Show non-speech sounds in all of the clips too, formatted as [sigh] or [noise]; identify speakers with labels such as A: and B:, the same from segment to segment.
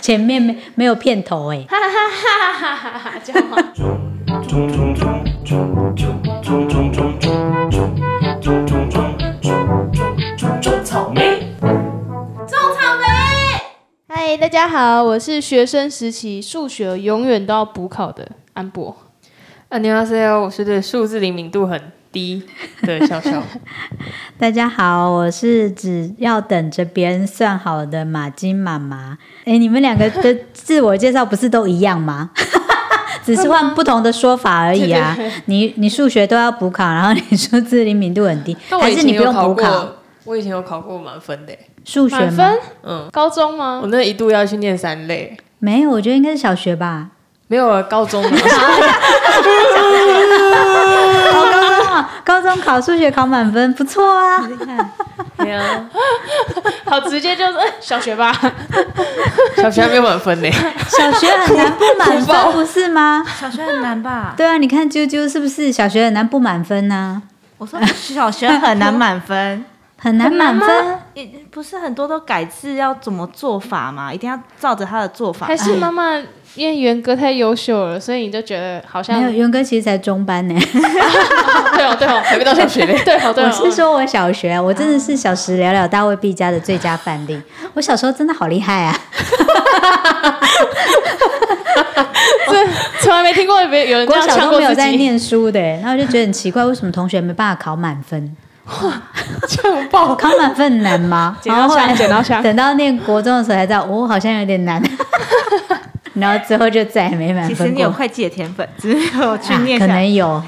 A: 前面没没有片头
B: 欸
A: 哎，
C: 哈哈哈哈哈哈！这样吗？种草莓。嗨，大家好，我是学生时期数学永远都要补考的安博。
D: 啊，你好，C O，我是对数字灵敏度很低的笑
C: [laughs]
D: 笑。
A: 大家好，我是只要等着别人算好的马金妈妈。哎，你们两个的自我介绍不是都一样吗？ [laughs] 只是换不同的说法而已啊！你你数学都要补考，然后你数字灵敏度很低，
D: 但我
A: 还
D: 以
A: 是
D: 前
A: 你不
D: 有
A: 用
D: 考
A: 补考
D: 过，我以前有考过满分的欸，
A: 数学
C: 满
A: 吗？
C: 分？
D: 嗯，
C: 高中吗
D: 我？那一度要去念三类，
A: 没有，我觉得应该是小学吧。
D: 没有啊
C: [laughs]
D: 高中啊
A: 哦高中啊，高中考数学考满分，不错啊。
D: 对啊，
C: 好，直接就是哎小学吧。
D: [laughs] 小学还没有满分呢。
A: 小学很难不满分，不是吗？
B: 小学很难吧？
A: 对啊，你看啾啾是不是小学很难不满分呢、
B: 我说小学很难满分，
A: 很难满分，
B: 也不是很多都改制要怎么做法嘛，一定要照着他的做法
C: [laughs] 还。是妈妈因为元哥太优秀了，所以你就觉得好像
A: 没有，
C: [laughs]
A: 元哥其实才中班呢。
C: 对哦对哦，还没
D: 到小学嘞
C: [laughs] 对 [laughs] 哦对
A: 我
C: 哦，
A: 是说我小学，我真的是小时了了大卫毕加的最佳范
C: [laughs]
A: 例。我小时候真的好厉害啊！
C: 这从来没听过有人有人这
A: 我
C: 样
A: 小时
C: 呛
A: 候
C: 过
A: 没有
C: 自
A: 在
C: 己，
A: 念书的，然后我就觉得很奇怪，为什么同学没办法考满分？
D: 呛爆！
A: 考满分难吗？
C: 哦 [laughs] 剪
A: 然
C: 刀
A: 后后来
C: 枪，剪刀枪，
A: 等到念国中的时候才知道，哦，好像有点
C: [laughs]
A: 难。然后之后就再也没满
B: [laughs] 其实
A: 分
B: 你有
A: 过。
B: 会计的天分，只是没有去
A: 啊
B: 念
A: 可
B: 下
A: 能有，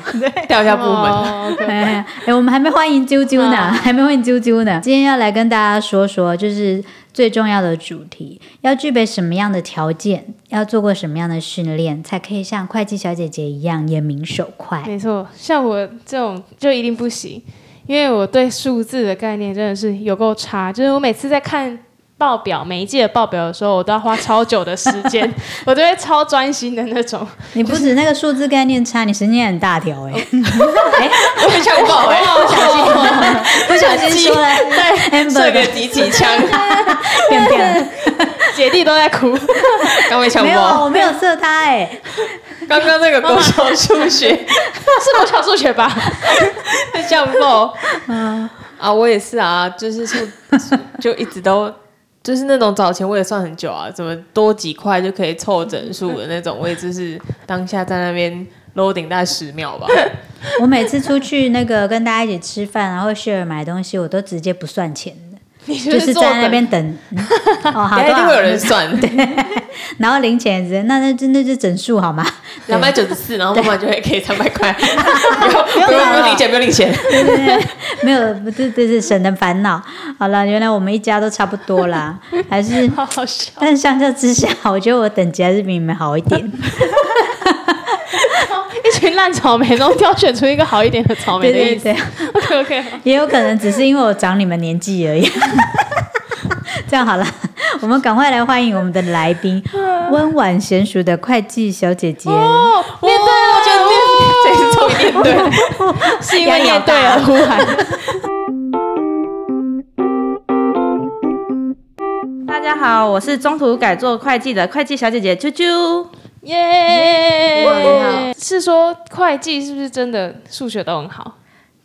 D: 掉一下部门，
C: 哦，OK
A: 哎、我们还没欢迎啾啾呢，
D: 嗯
C: 啊
A: 还没欢迎啾啾呢。今天要来跟大家说说，就是最重要的主题，要具备什么样的条件，要做过什么样的训练，才可以像会计小姐姐一样眼明手快。
C: 没错，像我这种就一定不行，因为我对数字的概念真的是有够差，就是我每次在看。报表每一季的报表的时候，我都要花超久的时间，
D: [laughs]
C: 我都会超专心的那种。
A: 你不止那个数字概念差，你神经也很大条哎、
D: 哦我被呛爆哎，
A: 不小心说
D: [laughs]
A: 了
D: 射
A: amber
D: 个
A: 的
D: 几几枪，
A: 变变，
C: [laughs] 姐弟都在哭，
D: 刚被呛
A: 没有，
D: 爆。
A: 我没有射他哎、
D: 刚刚那个国小数学
C: 是国小数学吧？
D: 被呛爆， [laughs] 啊，我也是啊，就是数就一直都。就是那种早前我也算很久啊，怎么多几块就可以凑整数的那种，我也就是当下在那边 loading 大概十秒吧。
A: 我每次出去那个跟大家一起吃饭，然后 share 买东西，我都直接不算钱
D: [laughs]
A: 的，
C: 你
A: 就
C: 坐
A: 在那
C: 等
A: 边等。嗯哦，好，
B: 啊
D: 等一下
A: 多少
D: 一定会有人算，
A: 然后零钱直接，那那真的是整数好吗？ [laughs]
D: 两百九十四，然后妈妈就会给三百块， [laughs] 不用不用不用零钱，不用零钱。
A: 没有，不这这是省人烦恼。好了，原来我们一家都差不多
C: [laughs]
A: 啦，还是，
C: 好好笑，
A: 但相较之下，我觉得我等级还是比你们好一点。
C: [laughs] 一群烂草莓中挑选出一个好一点的草莓
A: 对
C: 的意
A: 对
C: 思。
A: 对，
C: OK OK，
A: 也有可能只是因为我长你们年纪而已。 [laughs] 这样好了，我们赶快来欢迎我们的来
C: [laughs]
A: 宾，温婉娴熟的会计小姐姐。
C: 哦，面对了，
D: 我觉得这是终于面对了，
C: 是因为面对
A: 压
C: 而
A: 力
C: 呼喊。
B: 大家好，我是中途改做会计的会计小姐姐啾啾。
C: 耶！是说会计是不是真的数学都很好？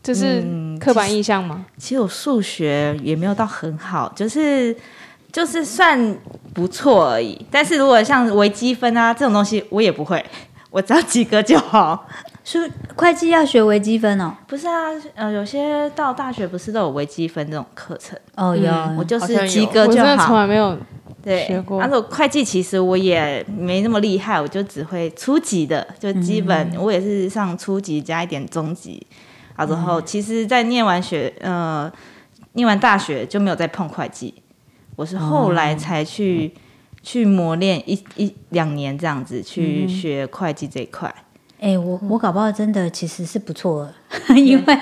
C: 这是刻板印象吗？
B: 其实我数学也没有到很好，就是就是算不错而已。但是如果像微积分啊这种东西，我也不会，我只要及格就好。
A: 是会计要学微积分哦？
B: 不是啊，呃，有些到大学不是都有微积分这种课程，
A: 哦，有，
B: 我就
D: 好像
B: 是
D: 有
B: 及
C: 嗯我
B: 格
C: 真
B: 就
C: 的从
B: 好。
C: 来没有。
B: 对，
C: 学过
B: 而且、会计其实我也没那么厉害，我就只会初级的，就基本、
A: 嗯
B: 我也是上初级加一点中级。啊，然
A: 嗯
B: 后其实，在念完学呃，念完大学就没有再碰会计，我是
A: 哦
B: 后来才去、
A: 嗯
B: 去磨练一一两年这样子
A: 嗯
B: 去学会计这一块。
A: 哎、我
B: 嗯
A: 我搞不好真的其实是不错的， [laughs] 因为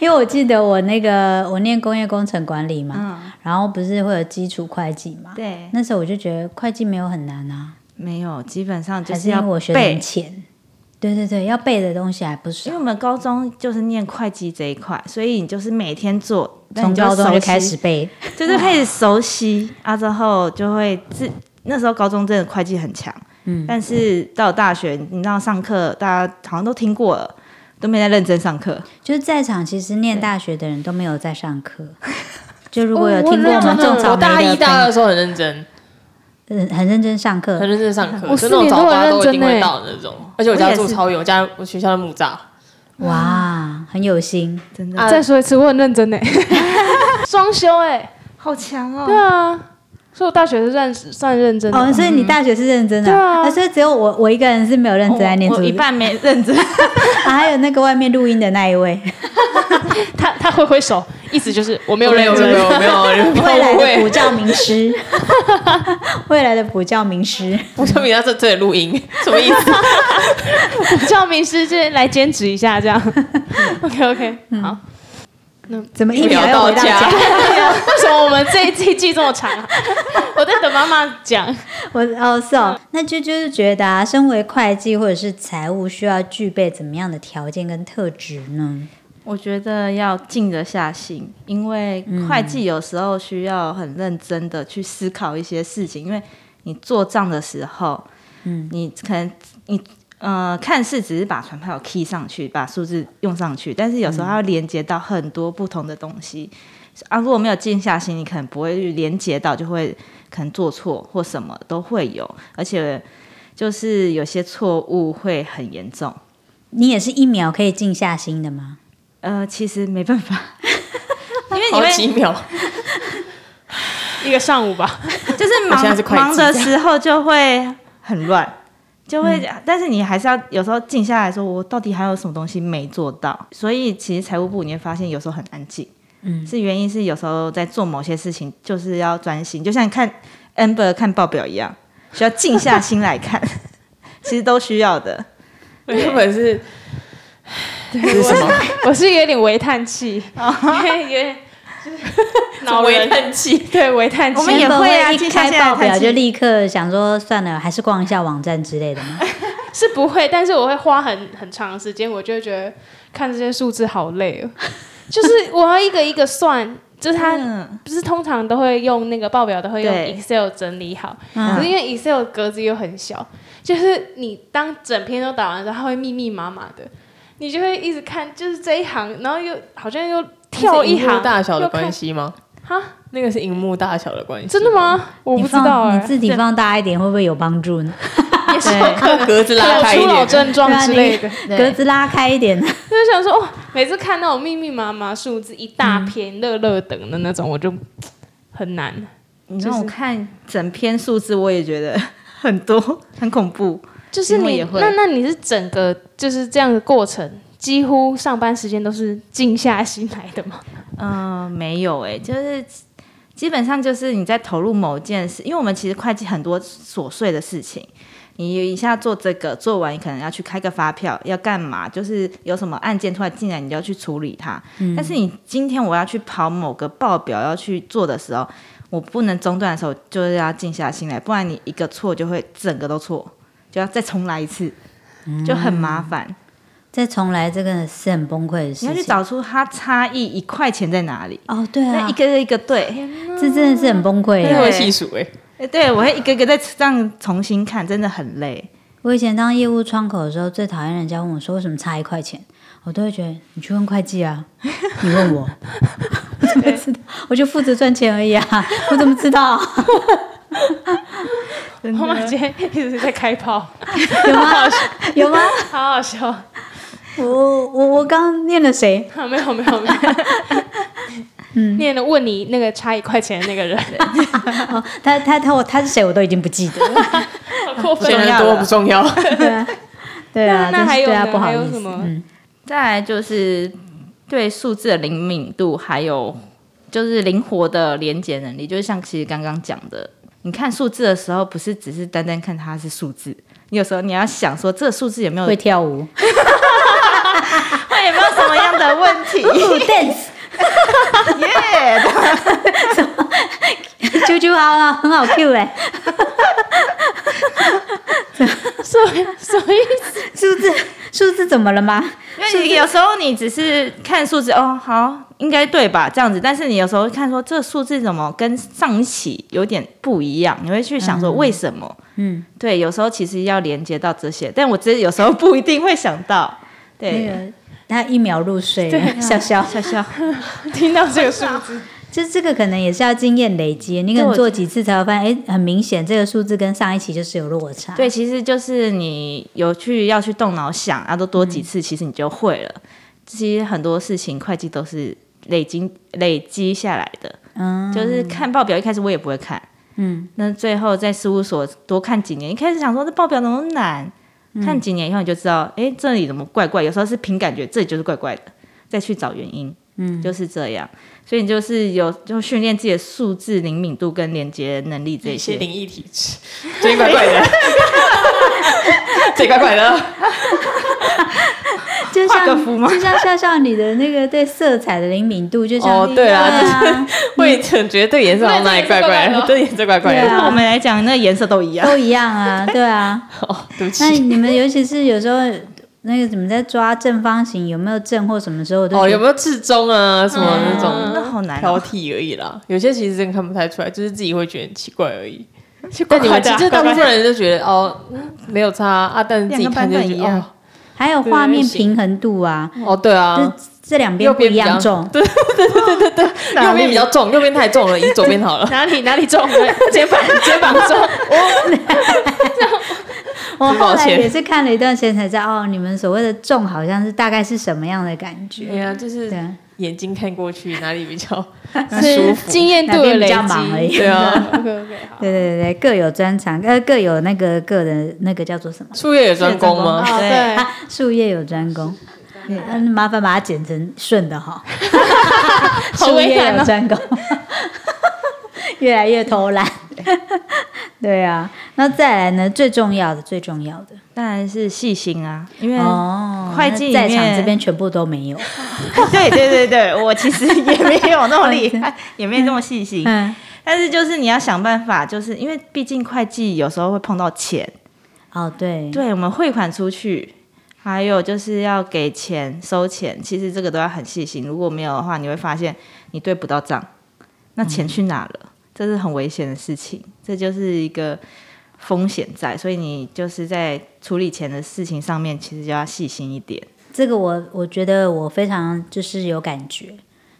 A: 因为我记得我那个我念工业工程管理嘛，然后不是会有基础会计嘛，
B: 嗯对，
A: 那时候我就觉得会计没有很难啊，
B: 没有，基本上就
A: 还是因
B: 要
A: 为我学的
B: 背
A: 很浅，对对对，要背的东西还不少
B: 因为，我们高中就是念会计这一块，所以你就是每天做，那
A: 从
B: 你要
A: 高中
B: 熟
A: 就
B: 悉
A: 开始背，
B: 就是开始熟悉啊，之后就会自那时候高中真的会计很强，嗯，但是到大学，你知道上课大家好像都听过了，都没在认真上课。
A: [laughs] 就是在场其实念大学的人都没有在上课。就如
B: 哦
A: 果
C: 我
A: 有听过
C: 我
A: 我们种草莓的
D: 嗯我大
A: 朋友，
D: 一大二的时候很认真，
A: 嗯很认真上课
D: 很，认真上课，
C: 我
D: 就那
C: 四
D: 种
C: 年
D: 早
C: 都很
D: 八都一
C: 认
D: 定
C: 真欸
D: 会到的那种。而且我
B: 我
D: 家
B: 也
D: 住
B: 是
D: 超远，我家我学校的木栅，
A: 哇，很有心。
B: 真的、
D: 啊
C: 嗯再说一次，我很认真哎，双修哎，
B: 好强
C: 对
B: 哦！
C: 啊，所以我大学是算算认真的吧
A: 哦，，所以你大学是认真的，
C: 对啊
A: 所以只有我我一个人是没有认真在念
B: 我
A: 书
B: 我
A: 的，
B: 一半没认真，
A: 啊，还有那个外面录音的那一
B: [laughs]
A: 位，
C: 他他挥挥手，意思就是我没有
D: 没
C: 认
D: 哦有没
C: 真，
D: [laughs] 有没有没有，
A: 未来的补
D: 会，
A: 教名师， [laughs] 未来的补教名师，
D: 我就比他这这里录音，什么意
C: [laughs]
D: 思？
C: 叫名师就是来兼职一下
D: [laughs]
C: 这样。OK OK，好。
D: 嗯
A: 怎么一秒
D: 聊
A: 又
D: 到
A: 回到
D: 家，
C: 哎为什么我们这一这一季这么长
D: [laughs]
C: 啊？我在等妈妈讲。
A: 我哦是哦，那就就是觉得啊，身为会计或者是财务，需要具备怎么样的条件跟特质呢？
B: 我觉得要静得下心，因为会计有时候需要很认真的去思考一些事情，因为你做账的时候，嗯，你可能你呃看似只是把传票 key 上去，把数字用上去，但是有时候它要连接到很多不同的东西、啊。如果没有静下心，你可能不会去连接到，就会可能做错或什么都会有，而且就是有些错误会很严重。
A: 你也是一秒可以静下心的吗？
B: 呃，其实没办法，因为你
D: 好
B: 会
D: 几秒，
C: 一个上午吧，
B: 就是
D: 我现在
B: 忙
D: 是会计
B: 忙的时候就会很乱，就会，
D: 嗯
B: 但是你还是要有时候静下来说，我到底还有什么东西没做到？所以其实财务部你会发现有时候很安静，嗯，是原因是有时候在做某些事情就是要专心，就像你看 Amber 看报表一样，需要静下心来看， [laughs] 其实都需要的。
D: 原本是是什么？
C: [laughs]
D: 哦
C: 我是有点微叹气， [laughs] 因为有点
D: [laughs]
C: 就是脑
D: 微
C: 人
D: 叹气，
C: [laughs] 对微叹气。
B: 我们也
A: 原本
B: 会啊
A: 一
B: 静下
A: 开
B: 心来
A: 报
B: 看
A: 表
B: 清
A: 就立刻想说算了，还是逛一下网站之类的吗？
C: 是不会，但是我会花很很长的时间，我就会觉得看这些数字好累
D: [laughs]
C: 哦，就是我要一个一个算，就是它
B: 嗯
C: 不是通常都会用那个报表都会用
B: 对
C: Excel 整理好，
A: 嗯
C: 可是因为 Excel 格子又很小，就是你当整篇都打完之后，它会密密麻麻的，你就会一直看，就是这一行，然后又好像又跳一
D: 是荧幕
C: 行，
D: 大小的
C: 又看
D: 关系吗？
C: 哈，
D: 那个是荧幕大小的关系，
C: 真的？吗？我
A: 你
C: 不知道
A: 放
B: 欸
C: 哎、
A: 你字体放大一点会不会有帮助呢？
C: 也是
B: 对
D: [laughs] 看格子拉
C: 有
D: 开一
C: 初老
D: 点，
C: 症状
A: 对啊
C: 之
A: 你
C: 类的。
B: 对
A: 格子拉开一点，
C: 就是想说，哦，每次看那种密密麻麻数字一大片乐乐等的那种，我就嘖很难。
B: 你让我看整篇数字，我也觉得很多，很恐怖。
C: 就是
B: 因为
C: 你
B: 也会
C: 那那你是整个就是这样的过程，几乎上班时间都是静下心来的 [laughs] 嘛？
B: 嗯，没有诶、就是基本上就是你在投入某件事，因为我们其实会计很多琐碎的事情，你一下做这个，做完你可能要去开个发票，要干嘛？就是有什么案件突然进来，你就要去处理它。
A: 嗯
B: 但是你今天我要去跑某个报表要去做的时候，我不能中断的时候，就是要静下心来，不然你一个错就会整个都错，就要再重来一次，就很麻烦。
A: [laughs] 嗯再重来这个是很崩溃的
B: 你要
A: 事
B: 去
A: 情。
B: 找出它差异一块钱在哪里，
A: 哦，对
B: 那
A: 啊
B: 一，个一个对。
A: 这真的是很崩溃耶。
D: 那会细数哎，
B: 哎，对，我会一个一个再这样重新看，真的很累。
A: 我以前当业务窗口的时候，最讨厌人家问我说为什么差一块钱，我都会觉得你去问会计啊，你问我，我怎么知道？ [laughs] 我就负责赚钱而已啊，我怎么知道？
B: 真
C: 我妈今天一直在开炮，
A: 有吗？有吗？
C: [laughs] 好好笑。啊
A: 我我我刚念了谁？
C: 啊没有没有没有，念了问你那个差一块钱的那 [laughs] 个人，
A: 哦，他他他我他是谁我都已经不记得了。
C: 好过分啊
D: 显。然多不重要。
A: 对啊，对啊，
C: 那那
A: 真
C: 还
A: 是
C: 有
A: 对他
C: 呢
A: 不好
C: 还有
A: 意思
C: 什。么
A: 嗯，
B: 再来就是对数字的灵敏度，还有就是灵活的连接能力，就是像其实刚刚讲的，你看数字的时候，不是只是单单看它是数字，你有时候你要想说这个数字有没有
A: 会跳舞 [laughs]
B: 它有没有什么样的问
A: [laughs]
B: 题？
A: ，Ooh, dance，
B: 耶，
A: 啾啾啊，很好 Q 哎、
C: 所以所以
A: 数字数字怎么了吗？
B: 因为所以有时候你只是看数字，哦，好，应该对吧？这样子，但是你有时候看说这数字怎么跟上一期有点不一样，你会去想说为什么？
A: 嗯，
B: 对，有时候其实要连接到这些，但我只是有时候不一定会想到。
A: 那
B: 对，
A: 个他一秒入睡啊 [laughs] 了，笑笑笑笑。
C: 听到这个数字，
A: 就这个可能也是要经验累积，你可能做几次才会发现，哎，很明显这个数字跟上一期就是有落差。
B: 对，，其实就是你有去要去动脑想，啊，多多几
A: 嗯
B: 次，其实你就会了。其实很多事情会计都是累积累积下来的，
A: 嗯，
B: 就是看报表一开始我也不会看，
A: 嗯，
B: 那最后在事务所多看几年，一开始想说这报表怎么难，看几年以后你就知道，哎，这里怎么怪怪？有时候是凭感觉，这里就是怪怪的，再去找原因，嗯，就是这样。所以你就是有就训练自己的数字灵敏度跟连接能力这
D: 一些
B: 些。
D: 灵异体质，最怪怪的，最怪怪的，
A: 就
B: 画个符
A: 像
B: 吗
A: 就像笑笑你的那个对色彩的灵敏度，就像
D: 哦对啊
A: 啊，
D: 会总觉得对颜色好像哪里怪怪的，对颜色怪怪
A: 对
B: 对
A: 啊
D: 的。
B: 我们来讲，那颜色都一样。
A: 都一样啊，
B: [laughs]
A: 对啊。
D: [laughs] 哦，对不
A: 那
D: 起。
A: 你们尤其是有时候那个你们在抓正方形有没有正或什么时候，我都
D: 哦，
A: 觉
D: 有
A: 得
D: 没有至中啊？什么那
B: 嗯
D: 种
B: 那好难
D: 挑
B: 哦。
D: 剔而已啦。有些其实真的看不太出来，就是自己会觉得很奇怪而已。
C: 去
D: 但你们其
C: 的啊
D: 实大部
C: 乖乖
B: [laughs]
D: 分人就觉得哦，嗯没有差啊，但是自己看就觉
B: 两个版本一
D: 得哦
B: 样
A: 还有画面
D: 对对对
A: 平衡度啊，
D: 哦，对啊
A: 就，这两边不一样重，对，
B: 啊
D: 右边比较重，右边太重了，移左边好了。
C: 哪里哪里
D: [laughs]
C: 重，肩膀肩膀重，
A: [laughs] 我后
D: 抱
A: 来
D: 歉
A: 也是看了一段时间才知道，哦，你们所谓的重好像是大概是什么样的感
D: 对啊
A: 觉，
D: 哎呀，就是
A: 对，啊
D: 眼睛看过去哪里比较
C: 是
D: 舒服。
C: 经验
A: 哪
C: 度的
A: 边比
C: 累积
A: 较。忙而已。
D: 对
A: [laughs]
D: 啊，
C: OK OK 好。
A: 对对对，各有专长，呃，各有那个各的那个叫做什么
D: 术业有专攻
C: [laughs]
D: 吗？
C: 哦，
B: 对
C: 对，
A: 啊？ [laughs] 术业有专攻，嗯，麻烦把它剪成顺的哈。
C: 好
A: 术
C: 为
A: 业
C: 难
A: 有
C: 哦。
A: 专攻， [laughs] 越来越偷懒。对啊，那再来呢？最重要的，最重要的
B: 当然是细心啊，因为
A: 哦，
B: 会计里
A: 那在场
B: 面
A: 这边全部都没有。
B: [laughs] 对对对对，我其实也没有那么厉害，也没那么细心。
A: 嗯，
B: 但是就是你要想办法，就是因为毕竟会计有时候会碰到钱，
A: 哦，对，
B: 对我们汇款出去，还有就是要给钱收钱，其实这个都要很细心。如果没有的话，你会发现你对不到账，那钱去哪了？这是很危险的事情，这就是一个风险在，所以你就是在处理钱的事情上面，其实就要细心一点。
A: 这个我我觉得我非常就是有感觉，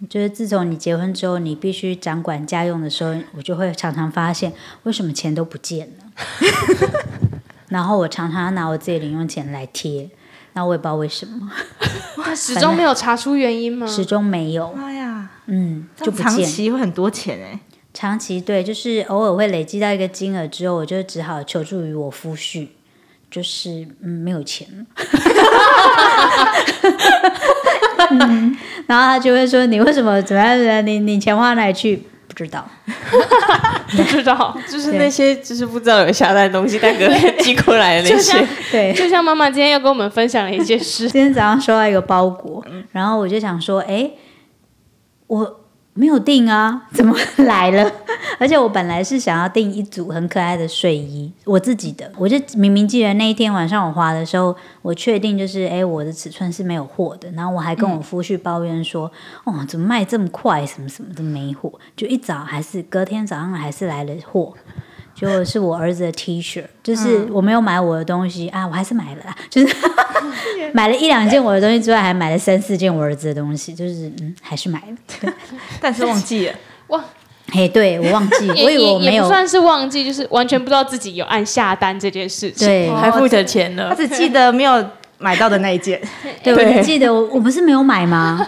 A: 就是自从你结婚之后，你必须掌管家用的时候，我就会常常发现为什么钱都不见了， [laughs] 然后我常常拿我自己零用钱来贴，那我也不知道为什么，
C: 那始终没有查出原因吗？
A: 始终没有，
B: 妈哎呀，
A: 嗯，就不
B: 长
A: 见。
B: 期会很多钱哎、
A: 长期对，就是偶尔会累积到一个金额之后，我就只好求助于我夫婿，就是嗯没有钱了。 [laughs] 嗯，然后他就会说：“你为什么怎么样？怎么样你你钱花哪里去？不知道。
C: [laughs] 不知道，
D: 就是那些就是不知道有下单的东 [laughs] 西，但隔天寄过来的那
C: 就
D: 些
C: 像。
A: 对，
C: 就像妈妈今天又跟我们分享了一件事，
A: 今天早上收到一个包裹，然后我就想说，哎，我没有订啊，怎么来了？ [laughs] 而且我本来是想要订一组很可爱的睡衣，我自己的，我就明明记得那一天晚上我滑的时候，我确定就是，哎，我的尺寸是没有货的，然后我还跟我夫婿抱怨说，哦，怎么卖这么快，什么什么都没货，就一早还是隔天早上还是来了货。结果是我儿子的 T 恤，就是我没有买我的东西、啊，我还是买了啦，就是买了一两件我的东西之外，还买了三四件我儿子的东西，就是嗯，还是买了。对
B: 但是忘记了，
A: 嘿，对我忘记，[laughs]
C: 也
A: 我以为我
C: 也
A: 没
C: 也不
A: 有，
C: 算是忘记，就是完全不知道自己有按下单这件事情。
A: 对
D: 还付着钱
B: 他
D: 呢，
B: [laughs] 只记得没有买到的那一件。
A: 对，我
D: 对
A: 只记得我我不是没有买吗？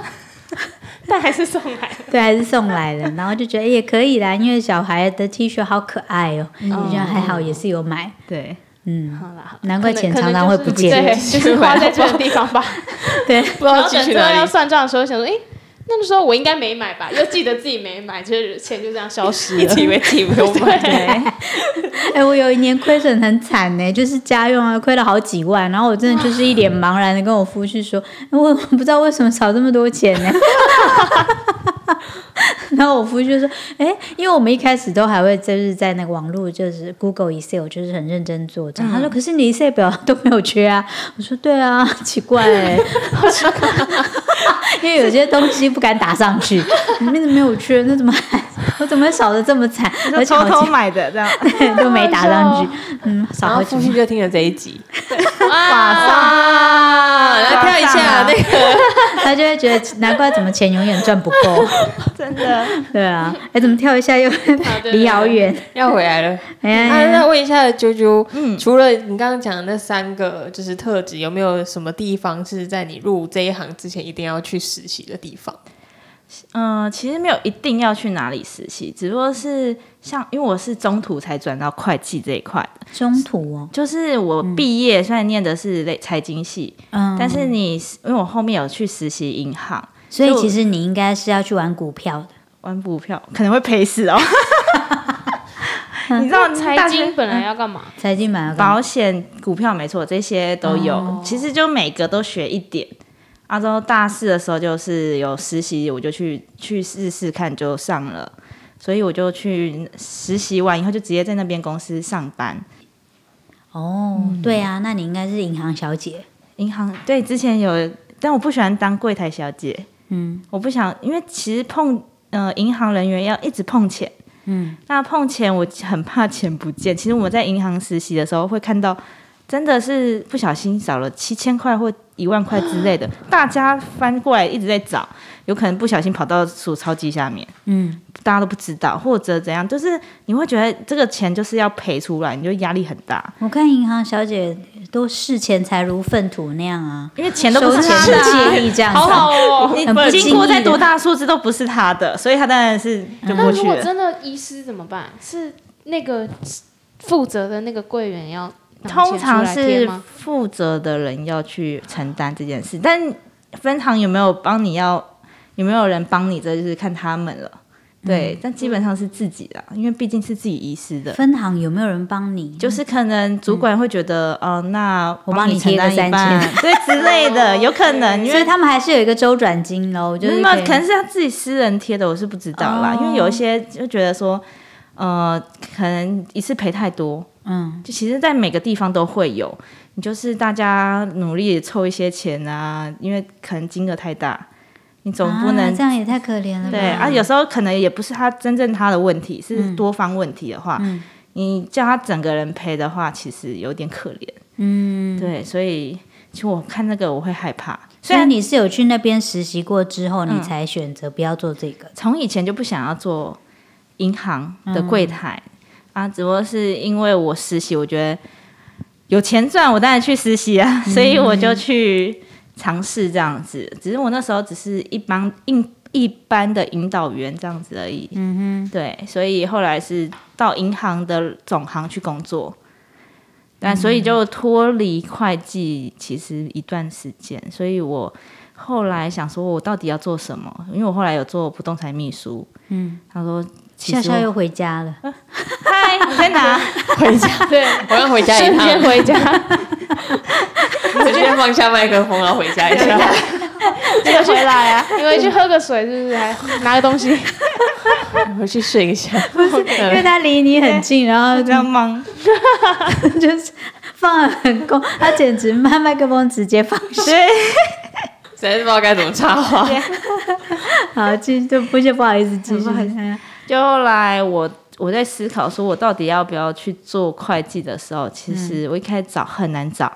C: 但还是送来
A: [laughs]
C: 了。
A: 对，还是送来了，然后就觉得哎也可以啦，因为小孩的 T 恤好可爱哦，
C: 嗯
A: 就觉得还好也是有买，
B: [laughs] 对，
A: 嗯，
C: 好啦好啦
A: 难怪
C: 可能
A: 钱
C: 可能
A: 常常会
C: 就
A: 不
C: 是
A: 见 [laughs]
C: 对，就是花在这个地方吧。 [laughs]
A: 对，
D: 不知道
C: 然后
D: 寄
C: 等
D: 去
C: 之后
D: 哪
C: 要
D: 里。
C: 算账的时候，想说，哎，那时候我应该没
A: [laughs]
C: 买吧？又记得自己没买，就是钱就这样消失
D: 一
C: 了。
D: 直以为自己没有
C: [laughs]
D: 买，
A: 哎、我有一年亏损很惨呢、就是家用啊，亏了好几万。然后我真的就是一脸茫然的跟哎我夫婿说，我我不知道为什么少这么多钱呢、 [laughs] 然后我夫婿就说：“哎，因为我们一开始都还会就是在那个网络就是 Google Excel，就是很认真做账。
B: 嗯
A: 他说：“可是你 Excel 表都没有缺啊。”我说：“对啊，奇怪哎、 [laughs] 因为有些东西不敢打上去，里面没有缺，那怎么还我怎么会少的这么惨？而
B: [laughs] 就
A: 且好
B: 偷
A: 像
B: 偷买的这 [laughs] 样，
A: 对 [laughs] 都
B: 哦
A: 没打上去，嗯，
D: 然
A: 少
D: 后
A: 喝几
D: 父亲就听了这一集，
B: [laughs] 哇
D: 啊，来跳一下那个，
A: [laughs] 他就会觉得难怪怎么钱永远赚不够。
B: [laughs] 真的
A: 对啊，哎，怎么跳一
B: [laughs]
A: 下又离遥远？
D: 要回来了。
A: 哎
D: 啊，
A: 呀，
D: 那问一下啾啾，
B: 嗯
D: 除了你刚刚讲的那三个就是特质，有没有什么地方是在你入这一行之前一定要去实习的地方？
B: 嗯、其实没有一定要去哪里实习，只不过是像，因为我是中途才转到会计这一块的，
A: 中途哦，
B: 就是我毕业虽然念的是类财经系，
A: 嗯，
B: 但是你因为我后面有去实习银行，
A: 所以
B: 就
A: 其实你应该是要去玩股票的。
B: 玩股票可能会赔死 [laughs] 哦。你知道
C: 财
B: 大学
C: 经本来要干嘛？
A: 财经买了干嘛
B: 保险、股票没错，这些都有。其实就每个都学一点。阿州大四的时候就是有实习，我就去去试试看，就上了。所以我就去实习完以后，就直接在那边公司上班。
A: 哦，对啊，那你应该是银行小姐。
B: 银行对，之前有，但我不喜欢当柜台小姐。
A: 嗯，
B: 我不想，因为其实碰呃银行人员要一直碰钱，嗯，那碰钱我很怕钱不见。其实我们在银行实习的时候会看到，真的是不小心少了七千块或一万块之类的，大家翻过来一直在找，有可能不小心跑到数钞机下面，
A: 嗯，
B: 大家都不知道或者怎样，就是你会觉得这个钱就是要赔出来，你就压力很大，
A: 我看银行小姐都视钱财如粪土那样啊，
B: 因为钱都不是
A: 收
B: 他
A: 钱
B: 的
A: 不
B: 啊、
A: 介意
B: [laughs]
A: 这样
C: 好
A: 子啊。
C: 好哦。
A: 很不
B: 你
A: 经
B: 经
A: 意
B: 过再
A: 的
B: 多大的嗯数字都不是他的，所以他当然是就
C: 那
B: 过
C: 如
B: 去
C: 果
B: 了。
C: 真的遗失怎么办？是那个负责的那个柜员要拿
B: 通
C: 钱出
B: 常
C: 来贴
B: 是
C: 吗？
B: 负责的人要去承担这件事，但分行有没有帮你要有没有人帮你，这就是看他们了。对，但基本上是自己的，因为毕竟是自己遗失的，
A: 分行有没有人帮你？
B: 就是可能主管会觉得，哦、那
A: 我帮你
B: 承
A: 贴个
B: 担一半，对之类 [laughs] 的，有可能，因
A: 所以
B: 为
A: 他们还是有一个周转金喽，就是
B: 嗯那
A: 以哦
B: 可能是他自己私人贴的，我是不知道啦，因为有一些就觉得说，呃，可能一次赔太多，
A: 嗯，
B: 就其实，在每个地方都会有，你就是大家努力凑一些钱啊，因为可能金额太大，你总不能、
A: 啊这样也太可怜了吧。
B: 对啊。有时候可能也不是他真正他的问题，
A: 嗯
B: 是多方问题的话，你叫他整个人赔的话，其实有点可怜。嗯，对，所以其实我看那个我会害怕，虽
A: 虽然
B: 然嗯
A: 你是有去那边实习过之后，你才选择不要做这个。
B: 从以前就不想要做银行的柜台、啊，只不过是因为我实习，我觉得有钱赚，我当然去实习啊，所以我就去尝试这样子。只是我那时候只是一般一一般的引导员这样子而已。嗯哼，对，所以后来是到银行的总行去工作。但所以就脱离会计，其实一段时间，所以我后来想说，我到底要做什么？因为我后来有做不动产秘书，嗯，他说，其
A: 笑
B: 实
A: 笑
B: 我
A: 又回家
B: [laughs]
A: 了，
B: 嗨，你在哪？
D: 回家，对 [laughs] 我要回家一
C: 瞬间
D: 趟，
C: 回 [laughs] 家，
D: 我先放下麦克风，然后回家一下。 [laughs]
B: 再回来啊！
C: 你回去喝个水是不是？还拿个东西，
D: 回去睡一 [laughs] 下。
A: 因为他离你很近，然后
B: 这样忙，
A: 就是放得很够，他简直把麦克风直接放
B: [laughs]
A: 下。
B: 对，
D: 实在是不知道该怎么插话。
A: 好，继续，对不就不好意思，继续。
B: 不好意思
A: 嗯
B: 就后来我我在思考，说我到底要不要去做会计的时候，其实我一开始找很难找，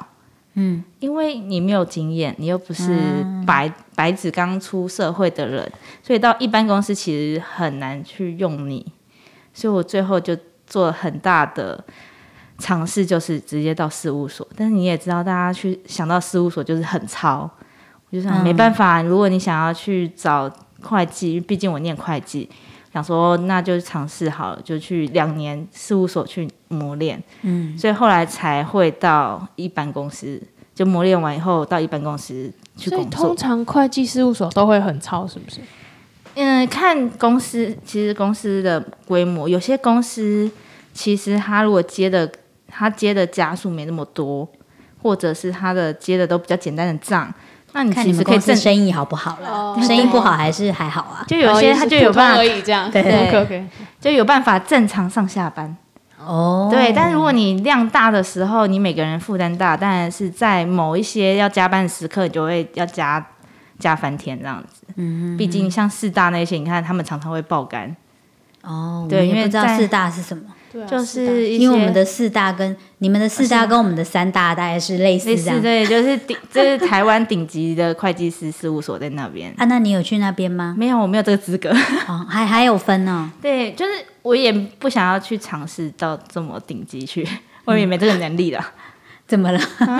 A: 嗯，
B: 因为你没有经验，你又不是白、白纸刚出社会的人，所以到一般公司其实很难去用你，所以我最后就做了很大的尝试，就是直接到事务所。但是你也知道，大家去想到事务所就是很糙，我就想
C: 嗯
B: 没办法，如果你想要去找会计，因为毕竟我念会计，想说那就尝试好了，就去两年事务所去磨练，嗯，所以后来才会到一般公司，就磨练完以后到一般公司 [laughs] 去
C: 所以
B: 工作
C: 通。常会计事务所都会很超，是不是？
B: 嗯，看公司，其实公司的规模，有些公司其实他如果接的他接的家数没那么多，或者是他的接的都比较简单的账，那你
A: 看你
B: 其
A: 们
B: 实可
A: 公
B: 以
A: 司
B: 正
A: 生意好不好
C: 哦
A: 了，生意不好还是还好啊。
B: 就有些他就有办
C: 哦
B: 法
C: 也是普通而已这样。
A: 对
C: OK OK，
B: 就有办法正常上下班。
A: 哦，
B: 对，但如果你量大的时候，你每个人负担大，当然是在某一些要加班的时刻，你就会要加加翻天这样子。嗯，毕竟像四大那些，你看他们常常会爆肝，
A: 哦，
B: 对
A: 我们也
B: 因为
A: 不知道
B: 在
A: 四大是什么，
C: 对啊，
B: 就是一些
A: 因为我们的四大跟你们的四大跟我们的三大大概是类似
B: 类
A: 这
B: 似
A: 样。
B: 对，就是顶， [laughs] 这是台湾顶级的会计师事务所在那边。
A: 啊，那你有去那边
B: [laughs]
A: 吗？
B: 没有，我没有这个资格。
A: 哦，还还有分呢、
B: 对，就是我也不想要去尝试到这么顶级去，我也没这个能力 [laughs] 了。
A: 怎么了？
B: 啊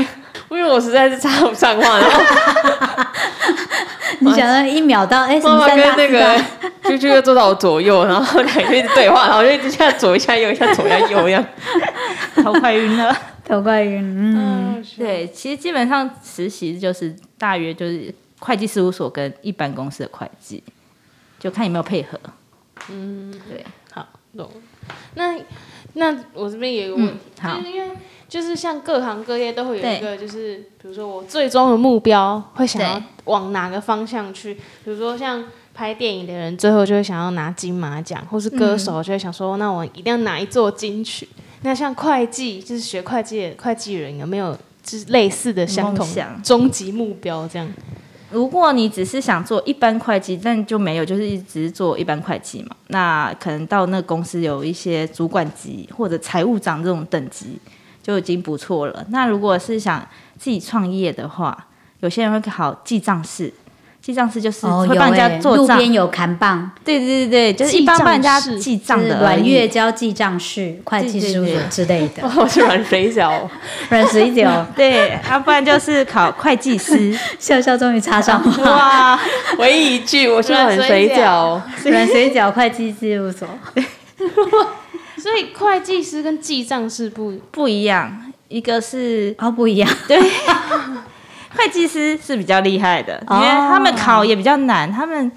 D: 因为我实在是插不上话，然后
A: [laughs]
D: [laughs]
A: 你想到一秒到哎，什
D: 妈
A: 么
D: 妈
A: 三
D: 跟
A: 大
D: 那
A: 四
D: 个
A: 大？
D: 啾啾又坐到我左右，然后两个一直对话，然后就一直下左一下右一下左一下 [laughs] 右一样。
B: 头快晕了。
A: [laughs] 头怪晕，嗯，
C: 嗯，
B: [laughs] 对，其实基本上实习就是大约就是会计事务所跟一般公司的会计，就看有没有配合。
C: 好，懂。那那我这边也有个问题，
B: 嗯好
C: 就是因为就是像各行各业都会有
B: 对
C: 一个，就是比如说我最终的目标会想要
B: 对
C: 往哪个方向去，比如说像。拍电影的人最后就会想要拿金马奖，或是歌
B: 嗯
C: 手就会想说，那我一定要拿一座金曲。那像会计，就是学会计的会计人，有没有就是类似的相同
B: 梦想
C: 终极目标这样？
B: 如果你只是想做一般会计，但就没有就是一直做一般会计嘛，那可能到那个公司有一些主管级或者财务长这种等级就已经不错了。那如果是想自己创业的话，有些人会考记账室，记账室就是
A: 哦，
B: 嗯会
A: 有
B: 帮人
A: 哎、
B: 家做
A: 路
B: 账，
A: 边有砍棒，
B: 对对对对，就是一般帮人家
C: 记账室
B: 记
A: 就
B: 账
A: 是
B: 的而
A: 阮
B: 已
A: 月交记账室、会计事务所
B: 对对哦对
A: 之类 [laughs] 的，
D: 我去玩水饺，
A: 不然十一
B: [laughs]
A: 九，
B: 对，要、不然就是考会计师。
A: 笑笑终于插上
D: [laughs]
A: 话，
B: 啊哇，
D: 唯一一句我去玩水饺，
A: 软水饺会计事务所，
C: 所以会计师跟记账是不
B: 不一样，一个是
A: 哦，不一样，
B: 会计师是比较厉害的，
A: 哦
B: 因为他们考也比较
C: 哦
B: 难，他们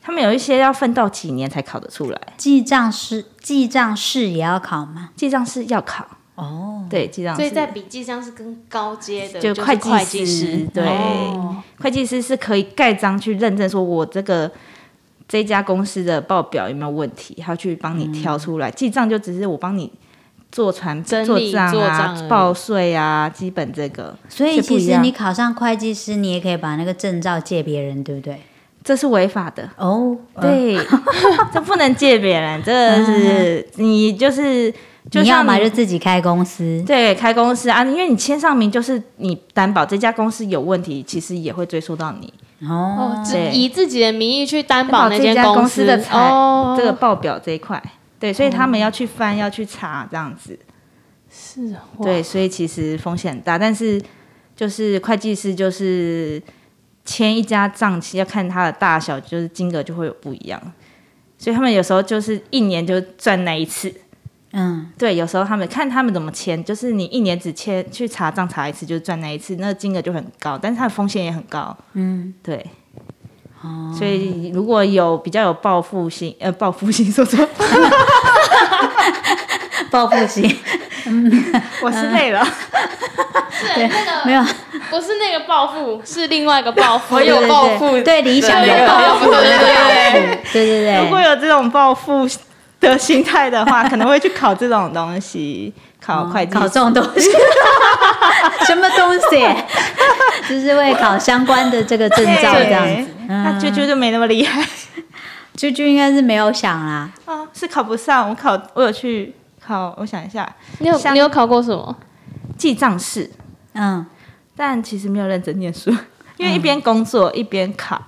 B: 他们有一些要奋斗几年才考得出来，
A: 记账师、记账室也要考吗？
B: 记账是要考。
A: 哦，
B: 对，记账
C: 所以
B: 是
C: 在笔记上是更高阶的，
B: 就是会
C: 会
B: 计
C: 师
B: 师，对
C: 哦
B: 会计师是可以盖章去认证，说我这个这家公司的报表有没有问题，他去帮你
C: 嗯
B: 挑出来。记账就只是我帮你做传
C: 整
B: 做
C: 理
B: 账
C: 做
B: 啊
C: 账而已、
B: 报税啊，基本这个。
A: 所以
B: 是不
A: 其
B: 一
A: 实
B: 样
A: 你考上会计师，你也可以把那个证照借别人，对不对？
B: 这是违法的，
A: 哦，嗯，
B: 对， [laughs] 这不能借别人，
A: [laughs]
B: 这是你就是就
A: 你要
B: 像
A: 嘛就自己开公司，
B: 对开公司啊，因为你签上名就是你担保这家公司有问题，其实也会追溯到你
C: 哦
A: 哦，，
C: 只
B: 对
C: 以自己的名义去担
B: 担保
C: 那
B: 这
C: 间
B: 家公
C: 司
B: 司的财
C: 哦，
B: 这个报表这一块。对，所以他们
A: 哦
B: 要去翻，要去查这样子。
C: 是哇
B: 对，所以其实风险很大，但是就是会计师就是签一家账期，要看它的大小，就是金额就会有不一样。所以他们有时候就是一年就赚那一次，
A: 嗯，
B: 对，有时候他们看他们怎么签，就是你一年只签去查账查一次，就是赚那一次，那个金额就很高，但是它的风险也很高。嗯，对。哦，所以如果有比较有报复心，呃，报复心说错，
A: 报复 [laughs] 型
B: 我是累了，
C: 是那
A: 没有，
C: 个不是那个暴富，是另外一个暴富，
D: 我有报复，
A: 对理想
D: 对
A: 有报复的
D: 对对
A: 那
D: 对
A: 个报复，对对对。
B: [laughs] 如果有这种报复的心态的话，可能会去考这种东西，哦考会计师、
A: 考这种东西， [laughs] 什么东西？就是会考相关的这个证照这样子
B: 对。那啾啾就没那么厉害
A: 啾啾应该是没有想啦，
B: 啊，是考不上。我考，我有去考，我想一下，
C: 你有
B: 像
C: 你有考过什么？
B: 记账室，
A: 嗯，
B: 但其实没有认真念书，因为一边工作一边考，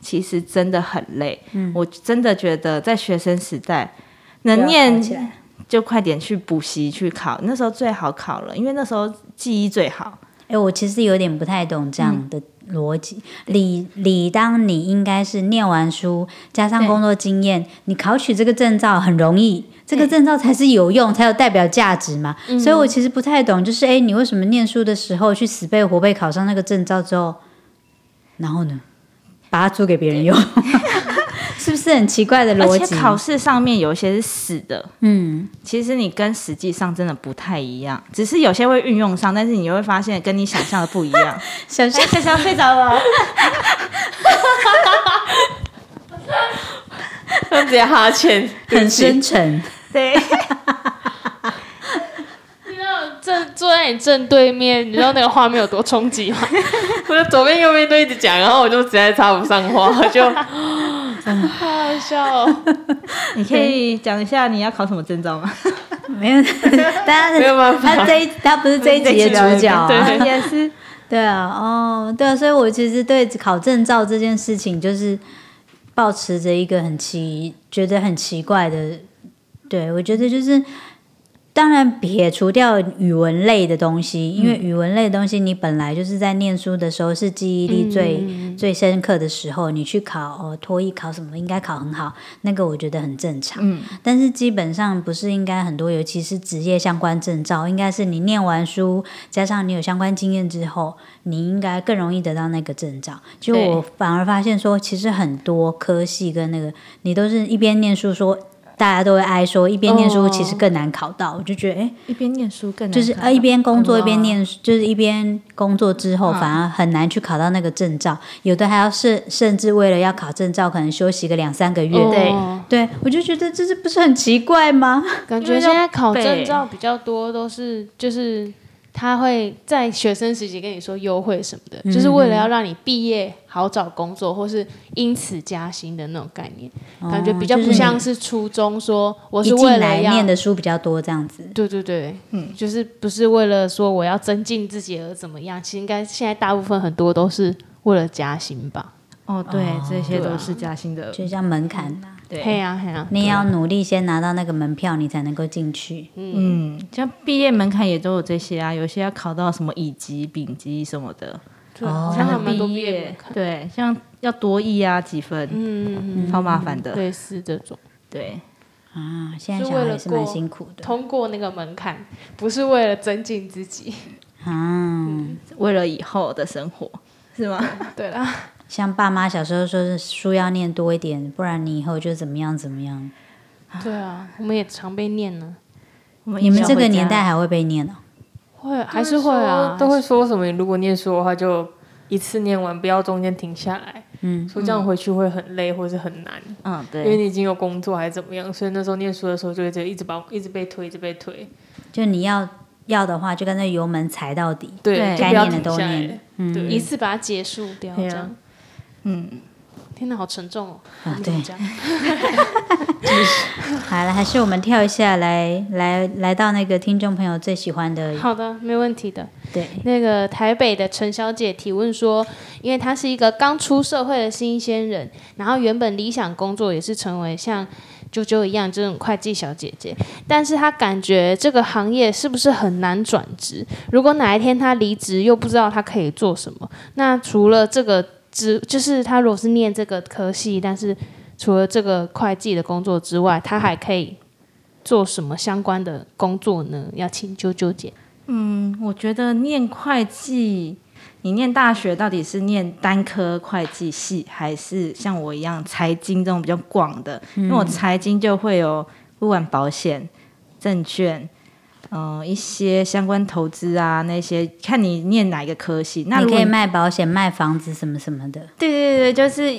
B: 其实真的很累。我真的觉得在学生时代能
A: 嗯不要考
B: 念
A: 起来
B: 就快点去补习去考，那时候最好考了，因为那时候记忆最好。
A: 哎、我其实有点不太懂这样的逻辑。理理当你应该是念完书，加上
B: 对
A: 工作经验，你考取这个证照很容易，这个证照才是有用，才有代表价值嘛。所以我其实不太懂，就是哎、你为什么念书的时候去死背活背考上那个证照之后，然后呢，把它租给别人用？是不是很奇怪的
B: 而
A: 逻
B: 且
A: 辑？
B: 考试上面有一些是死的，
A: 嗯，
B: 其实你跟实际上真的不太一样，只是有些会运用上，但是你会发现跟你想象的不一
A: [laughs]
B: 样。
A: 小
B: 哎，小小睡着了，
D: [laughs] 他直接哈欠，对
A: 很
D: 不起
A: 深沉，
B: 对，
C: 你知道正坐在你正对面，你知道那个画面有多冲击吗？
D: 我就左边右边都一直讲，然后我就实在插不上 [laughs] 话，我就
C: [laughs] 太好笑哦了！
B: 你可以讲一下你要考什么证照吗？
A: 没有，大家
D: 没有办法
A: 他这一他不是这一
B: [laughs]
A: 集的主角、啊，
D: 对
A: [laughs]
B: 也是，
A: 对啊，哦，对啊，所以我其实对考证照这件事情，就是保持着一个很奇，觉得很奇怪的。对，我觉得就是，当然撇除掉语文类的东西，因为语文类的东西，你本来就是在念书的时候是记忆力最、最深刻的时候，你去考哦，托一考什么，应该考很好，那个我觉得很正常。
B: 嗯，
A: 但是基本上不是应该很多，尤其是职业相关证照，应该是你念完书加上你有相关经验之后，你应该更容易得到那个证照。就
D: 对
A: 我反而发现说，其实很多科系跟那个你都是一边念书说。大家都会哀说，一边念书
C: 哦
A: 其实更难考到。我就觉得，哎、
B: 一边念书更难
A: 就是
B: 考啊
A: 呃，一边工作
B: 哇
A: 一
C: 啊
A: 边念书，就是一边工作之后，
C: 嗯
A: 反而很难去考到那个证照。有的还要甚甚至为了要考证照，可能休息个两三个月。
B: 对
C: 哦
A: 对，我就觉得这是不是很奇怪吗？
C: 感
B: 因
C: 觉
B: 为
C: 现
B: 要
C: 在考证
B: 背
C: 照比较多，都是就是他会在学生时期跟你说优惠什么的，就是为了要让你毕业好找工作，或是因此加薪的那种概念，感觉比较
A: 哦就是
C: 不
A: 你
C: 像是初中说我
A: 一
C: 是为
A: 进
C: 了
A: 来
C: 要
A: 念的书比较多这样子。
C: 对对对，嗯，就是不是为了说我要增进自己而怎么样，其实应该现在大部分很多都是为了加薪吧。
B: 哦，对，这些
A: 啊
B: 都是加薪的，
A: 就像门槛啊呐、
C: 嘿
B: 对，
C: 呀嘿呀，
A: 你也要努力先拿到那个门票，你才能够进去。
B: 嗯，像毕业门槛也都有这些啊，有些要考到什么乙级、丙级什么的，
C: 对
A: 哦
C: 好
B: 才
C: 像还
B: 能
C: 蛮多
B: 毕
C: 毕业
B: 业
C: 门槛，
B: 对，像要多艺啊几分，
C: 嗯，嗯
B: 超麻烦
C: 嗯
B: 的，
C: 类似这种，
B: 对，
A: 啊，现在
C: 是
A: 小
C: 为
A: 孩
C: 了
A: 是蛮
C: 过
A: 辛苦的
C: 通过那个门槛，不是为了增进自己。
A: 啊。
B: 为了以后的生活是吗？
C: [laughs] 对啦，
A: 像爸妈小时候说是书要念多一点，不然你以后就怎么样怎么样。
C: 对啊，我们也常被念呢，
B: [laughs] 我
A: 你们这个
B: 以前回家
A: 年代还会被念哦？
C: 会还是会啊，
D: 都会说什么？如果念书的话，就一次念完，不要中间停下来。
A: 嗯，
D: 说这样回去会很累，或是很难，
B: 嗯，对，
D: 因为你已经有工作还是怎么样，所以那时候念书的时候就会觉得一直把一直被推，一直被推，
A: 就你要要的话，就干脆油门踩到底。
D: 对，
B: 对
D: 就
A: 该
D: 不要
A: 念的嗯
D: 停
A: 都
D: 下来
A: 念。
D: 对，
C: 一次把它结束掉，这
D: 对啊
C: 样。
B: 嗯，
C: 天哪，好沉重哦！
A: 啊
C: 你怎
A: 对
C: 么这样
A: 好了，还是我们跳一下来，来来到那个听众朋友最喜欢的，
C: 好的，没问题的。
A: 对，
C: 那个台北的陈小姐提问说，因为她是一个刚出社会的新鲜人，然后原本理想工作也是成为像啾啾一样这种会计小姐姐，但是她感觉这个行业是不是很难转职？如果哪一天她离职，又不知道她可以做什么，那除了这个职，就是她如果是念这个科系，但是除了这个会计的工作之外，她还可以做什么相关的工作呢？要请啾啾姐。
B: 我觉得念会计，你念大学到底是念单科会计系，还是像我一样财经这种比较广的？因为
A: 嗯
B: 我财经就会有不管保险、证券。嗯、一些相关投资啊，那些看你念哪一个科系。那
A: 你
B: 如果
A: 可以卖保险、卖房子什么什么的。
B: 对对对，就是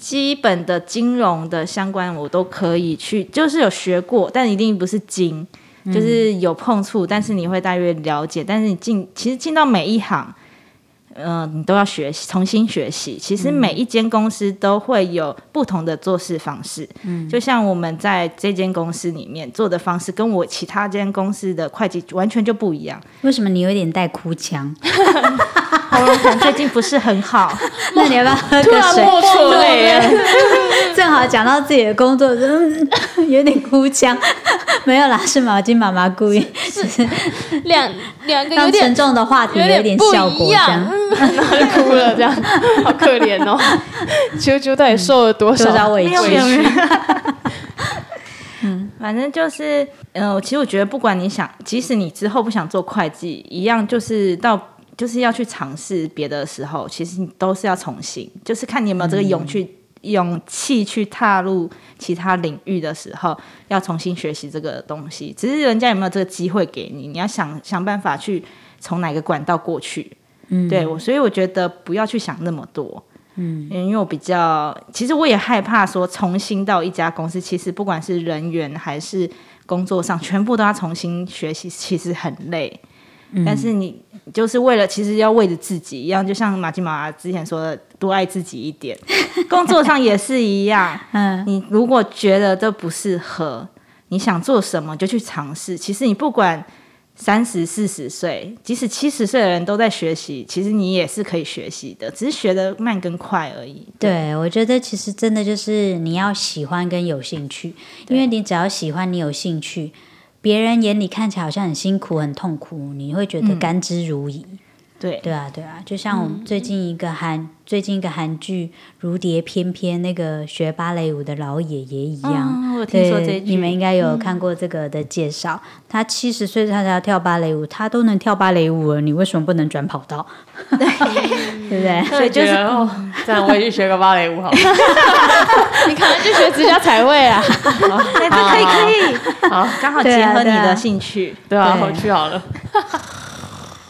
B: 基本的金融的相关我都可以去，就是有学过，但一定不是精，就是有碰触，但是你会大约了解。但是你进其实进到每一行，呃，你都要学习，重新学习。其实每一间公司都会有不同的做事方式，嗯，就像我们在这间公司里面做的方式，跟我其他间公司的会计完全就不一样。
A: 为什么你有点带哭
B: [laughs]
A: 腔？
B: 喉咙可能最近不是很好，
A: 那你要不要喝个水？
D: 莫错泪啊！
A: [laughs] 正好讲到自己的工作，嗯， [laughs] 有点哭腔。 [laughs] 没有啦，是毛巾妈妈故意
C: [laughs] 两两个有
A: 让
C: 点
A: 沉重的话题
C: 有
A: 点
C: 不
A: 效果，
C: 一
A: 这
C: 样，
A: 样
C: 嗯然后就 [laughs] 哭了，这样好可怜
A: [laughs]
C: 哦。啾啾到底受了多
A: 多少
C: 少？
A: 委
B: 没有
A: 屈
B: 没？有没有。 [laughs] 嗯，反正就是，呃，其实我觉得，不管你想，即使你之后不想做会计，一样就是到就是要去尝试别的时候，其实你都是要重新，就是看你有没有这个勇气勇气去踏入其他领域的时候，要重新学习这个东西。只是人家有没有这个机会给你，你要想想办法去从哪个管道过去。嗯，对我，所以我觉得不要去想那么多。嗯，因为我比较，其实我也害怕说重新到一家公司，其实不管是人员还是工作上，全部都要重新学习，其实很累。
A: 嗯
B: 但是你就是为了，其实要为了自己一样，就像马金马之前说的，多爱自己
A: [laughs]
B: 一点。工作上也是一样，
A: 嗯，
B: 你如果觉得这不适合，你想做什么就去尝试。其实你不管三十四十岁，即使七十岁的人都在学习，其实你也是可以学习的，只是学的慢跟快而已。
A: 对，我觉得其实真的就是你要喜欢跟有兴趣，因为你只要喜欢，你有兴趣，别人眼里看起来好像很辛苦、很痛苦，你会觉得甘之如饴。
B: 对
A: 对啊，对啊，就像我们最近一个韩、最近一个韩剧《如蝶翩翩》，那个学芭蕾舞的老爷爷一样。
B: 嗯，我有听
A: 对，
B: 说这一句，
A: 你们应该有看过这个的介绍。他七十岁他才要跳芭蕾舞，他都能跳芭蕾舞了，你为什么不能转跑
B: [laughs]
A: 道？对不对？
D: 所以就是哦，这样我也去学个芭蕾舞好了。
C: 你可能去学指甲彩绘啊，
B: 哎这 [laughs] 可以可以，
D: 好，
B: 刚好
A: 对
B: 结
A: 啊
B: 合你
A: 对啊
B: 的兴趣。
D: 对啊，
A: 对
D: 我去好了。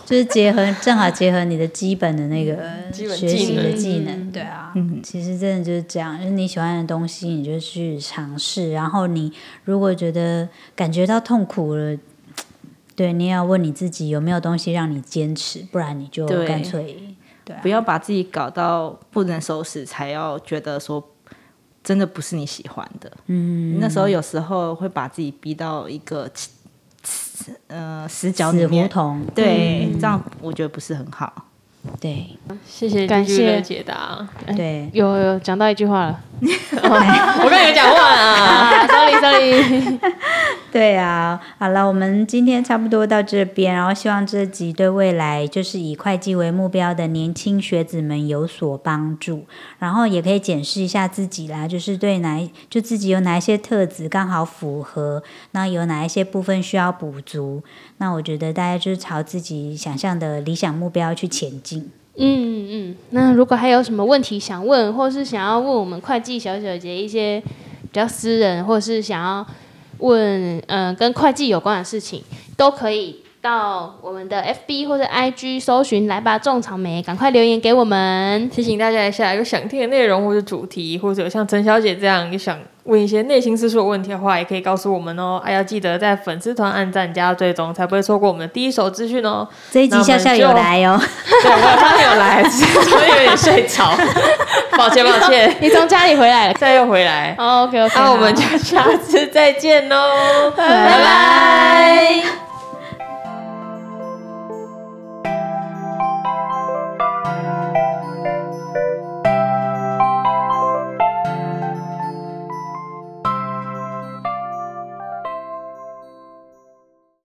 A: 就是结合正好结合你的基本的那个
D: 基本
A: 学习的技
C: 技
A: 能，
C: 能
B: 嗯
A: 对啊，其实真的就是这样，就是你喜欢的东西你就去尝试，然后你如果觉得感觉到痛苦了。对，你也要问你自己有没有东西让你坚持，不然你就
B: 对
A: 干脆
B: 啊不要把自己搞到不能收拾，才要觉得说真的不是你喜欢的。嗯，那时候有时候会把自己逼到一个呃死嗯角里
A: 死胡
B: 面，
A: 同。
B: 对，这样我觉得不是很好。
A: 对
D: 谢谢
C: 感
D: 继续
C: [laughs] 谢
D: 的解答。
A: 对，
C: 有有讲到一句话了
D: 我刚才有讲话
C: [laughs]
D: 啊，
C: 啊，sorry sorry，
A: 对啊，好了，我们今天差不多到这边，然后希望这集对未来就是以会计为目标的年轻学子们有所帮助，然后也可以检视一下自己啦，就是对哪一就自己有哪一些特质刚好符合，那有哪一些部分需要补足，那我觉得大家就是朝自己想象的理想目标去前进。
C: 嗯嗯，那如果还有什么问题想问，或是想要问我们会计小姐姐一些比较私人，或是想要问嗯、呃跟会计有关的事情，都可以到我们的 FB 或者 IG 搜寻“来吧种草莓”，赶快留言给我们。 [laughs]
D: 提醒大家一下，有想听的内容或者主题，或者有像陈小姐这样有想问一些内心思绪的问题的话，也可以告诉我们哦。哎、要记得在粉丝团按赞加追踪，才不会错过我们的第一手资讯哦。
A: 这一集
D: 那我
A: 笑
D: 们
A: 笑有
D: 就
A: 来哦，
D: 对，我刚才有来，只是昨天有点睡着， [laughs] 抱歉抱歉，
C: 你从家里回来了
D: 再又回来。 [laughs]
C: ，OK OK，
D: 那我们就下次再见喽，拜
A: 拜
D: 拜。